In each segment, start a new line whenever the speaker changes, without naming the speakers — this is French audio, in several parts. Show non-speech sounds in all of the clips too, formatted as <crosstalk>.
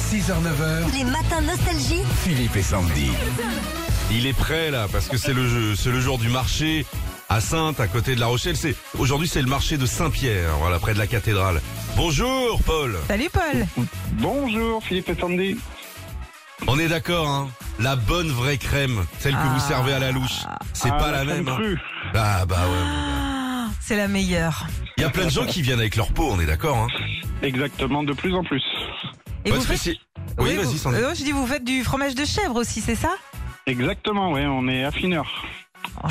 6h-9h,
Les matins nostalgie.
Philippe et Sandy.
Il est prêt là parce que c'est le jeu, c'est le jour du marché à Sainte, à côté de La Rochelle. C'est aujourd'hui c'est le marché de Saint-Pierre, voilà près de la cathédrale. Bonjour Paul.
Salut Paul
Bonjour Philippe et Sandy.
On est d'accord, hein La bonne vraie crème, celle que vous
Ah.
servez à la louche, c'est
Ah,
pas la
crème
même. hein.
crue.
Ah bah ouais.
Ah, C'est la meilleure.
Il y a plein de gens qui viennent avec leur peau, on est d'accord. Hein
Exactement, de plus en plus.
Et
Parce
vous
que
faites...
Bah, c'est- Oui, vas-y,
vous-
Sandy.
Euh, je dis, vous faites du fromage de chèvre aussi, c'est ça
Exactement, ouais, on est affineur.
Oh,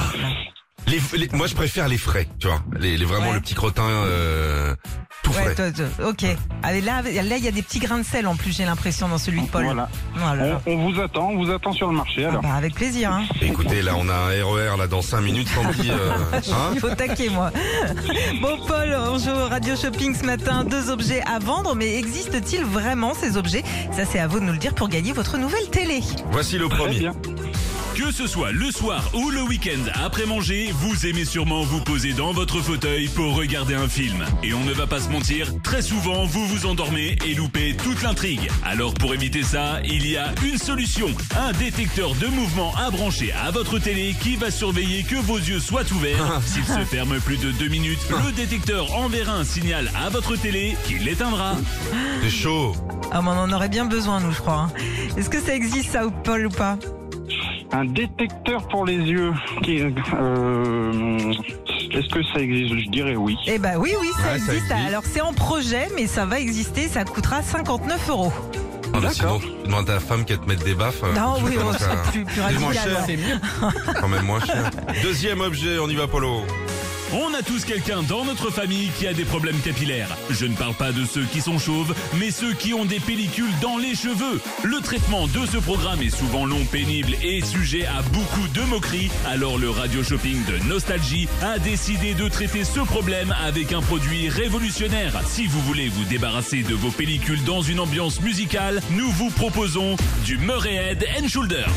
Les, les- moi, je préfère les frais, tu vois. Les, les- vraiment
Ouais.
le petit crottin euh, tout
ouais,
frais.
toi, toi, ok. Allez, là, là, il y a des petits grains de sel en plus, j'ai l'impression, dans celui de Paul.
Voilà. Oh.
Oh là là.
On, on vous attend, on vous attend sur le marché
Ah
alors.
bah, avec plaisir, hein.
Écoutez, là, on a un RER là dans 5 minutes, Sandy. euh, hein
Il faut taquer, moi. <laughs> Bon, Paul, on joue au Radio Shopping ce matin. Deux objets à vendre, mais existe-t-il vraiment ces objets Ça, c'est à vous de nous le dire pour gagner votre nouvelle télé.
Voici le
Très
premier.
bien.
Que ce soit le soir ou le week-end après manger, vous aimez sûrement vous poser dans votre fauteuil pour regarder un film. Et on ne va pas se mentir, très souvent vous vous endormez et loupez toute l'intrigue. Alors pour éviter ça, il y a une solution, un détecteur de mouvement à brancher à votre télé qui va surveiller que vos yeux soient ouverts. S'il se ferme plus de deux minutes, le détecteur enverra un signal à votre télé qui l'éteindra.
C'est chaud.
Ah, mais on en aurait bien besoin, nous, je crois. hein. Est-ce que ça existe, ça, ou Paul, ou pas
Un détecteur pour les yeux. qui- euh, Est-ce que ça existe Je dirais oui.
Eh ben oui, oui, ça,
Ouais, Ah, ça
existe.
existe.
Alors c'est en projet, mais ça va exister. Ça coûtera 59 euros.
Non, mais Ah, bah, sinon,
D'accord.
tu demandes à ta femme qu'elle te mette des baffes. euh,
non,
tu
oui, on
commences
sera
à-
plus, plus
C'est moins cher.
radical. hein. ouais.
Quand même moins cher. Deuxième objet, on y va, Polo.
On a tous quelqu'un dans notre famille qui a des problèmes capillaires. Je ne parle pas de ceux qui sont chauves, mais ceux qui ont des pellicules dans les cheveux. Le traitement de ce programme est souvent long, pénible et sujet à beaucoup de moqueries. Alors le radio shopping de Nostalgie a décidé de traiter ce problème avec un produit révolutionnaire. Si vous voulez vous débarrasser de vos pellicules dans une ambiance musicale, nous vous proposons du Murray Head and Shoulders.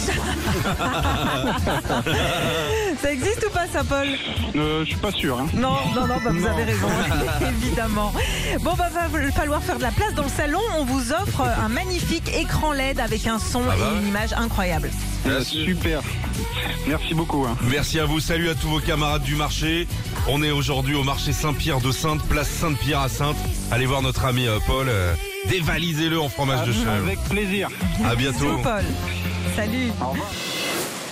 Ça existe ou pas, ça, Paul
Euh, je suis pas sûr. hein.
Non, non, non, bah, vous
Non.
avez
<laughs>
raison, <laughs> évidemment. Bon, bah, va falloir faire de la place dans le salon. On vous
<laughs>
offre un magnifique écran LED avec un son
Ah bah
et
ouais.
une image incroyable.
Euh, super. Merci beaucoup. hein.
Merci à vous, salut à tous vos camarades du marché. On est aujourd'hui au marché Saint-Pierre de Sainte, place Sainte-Pierre à Sainte. Allez voir notre ami euh, Paul. euh, Dévalisez-le en fromage de chèvre.
Ah, Avec plaisir.
À bientôt.
Bisous, Paul. Salut.
Au revoir.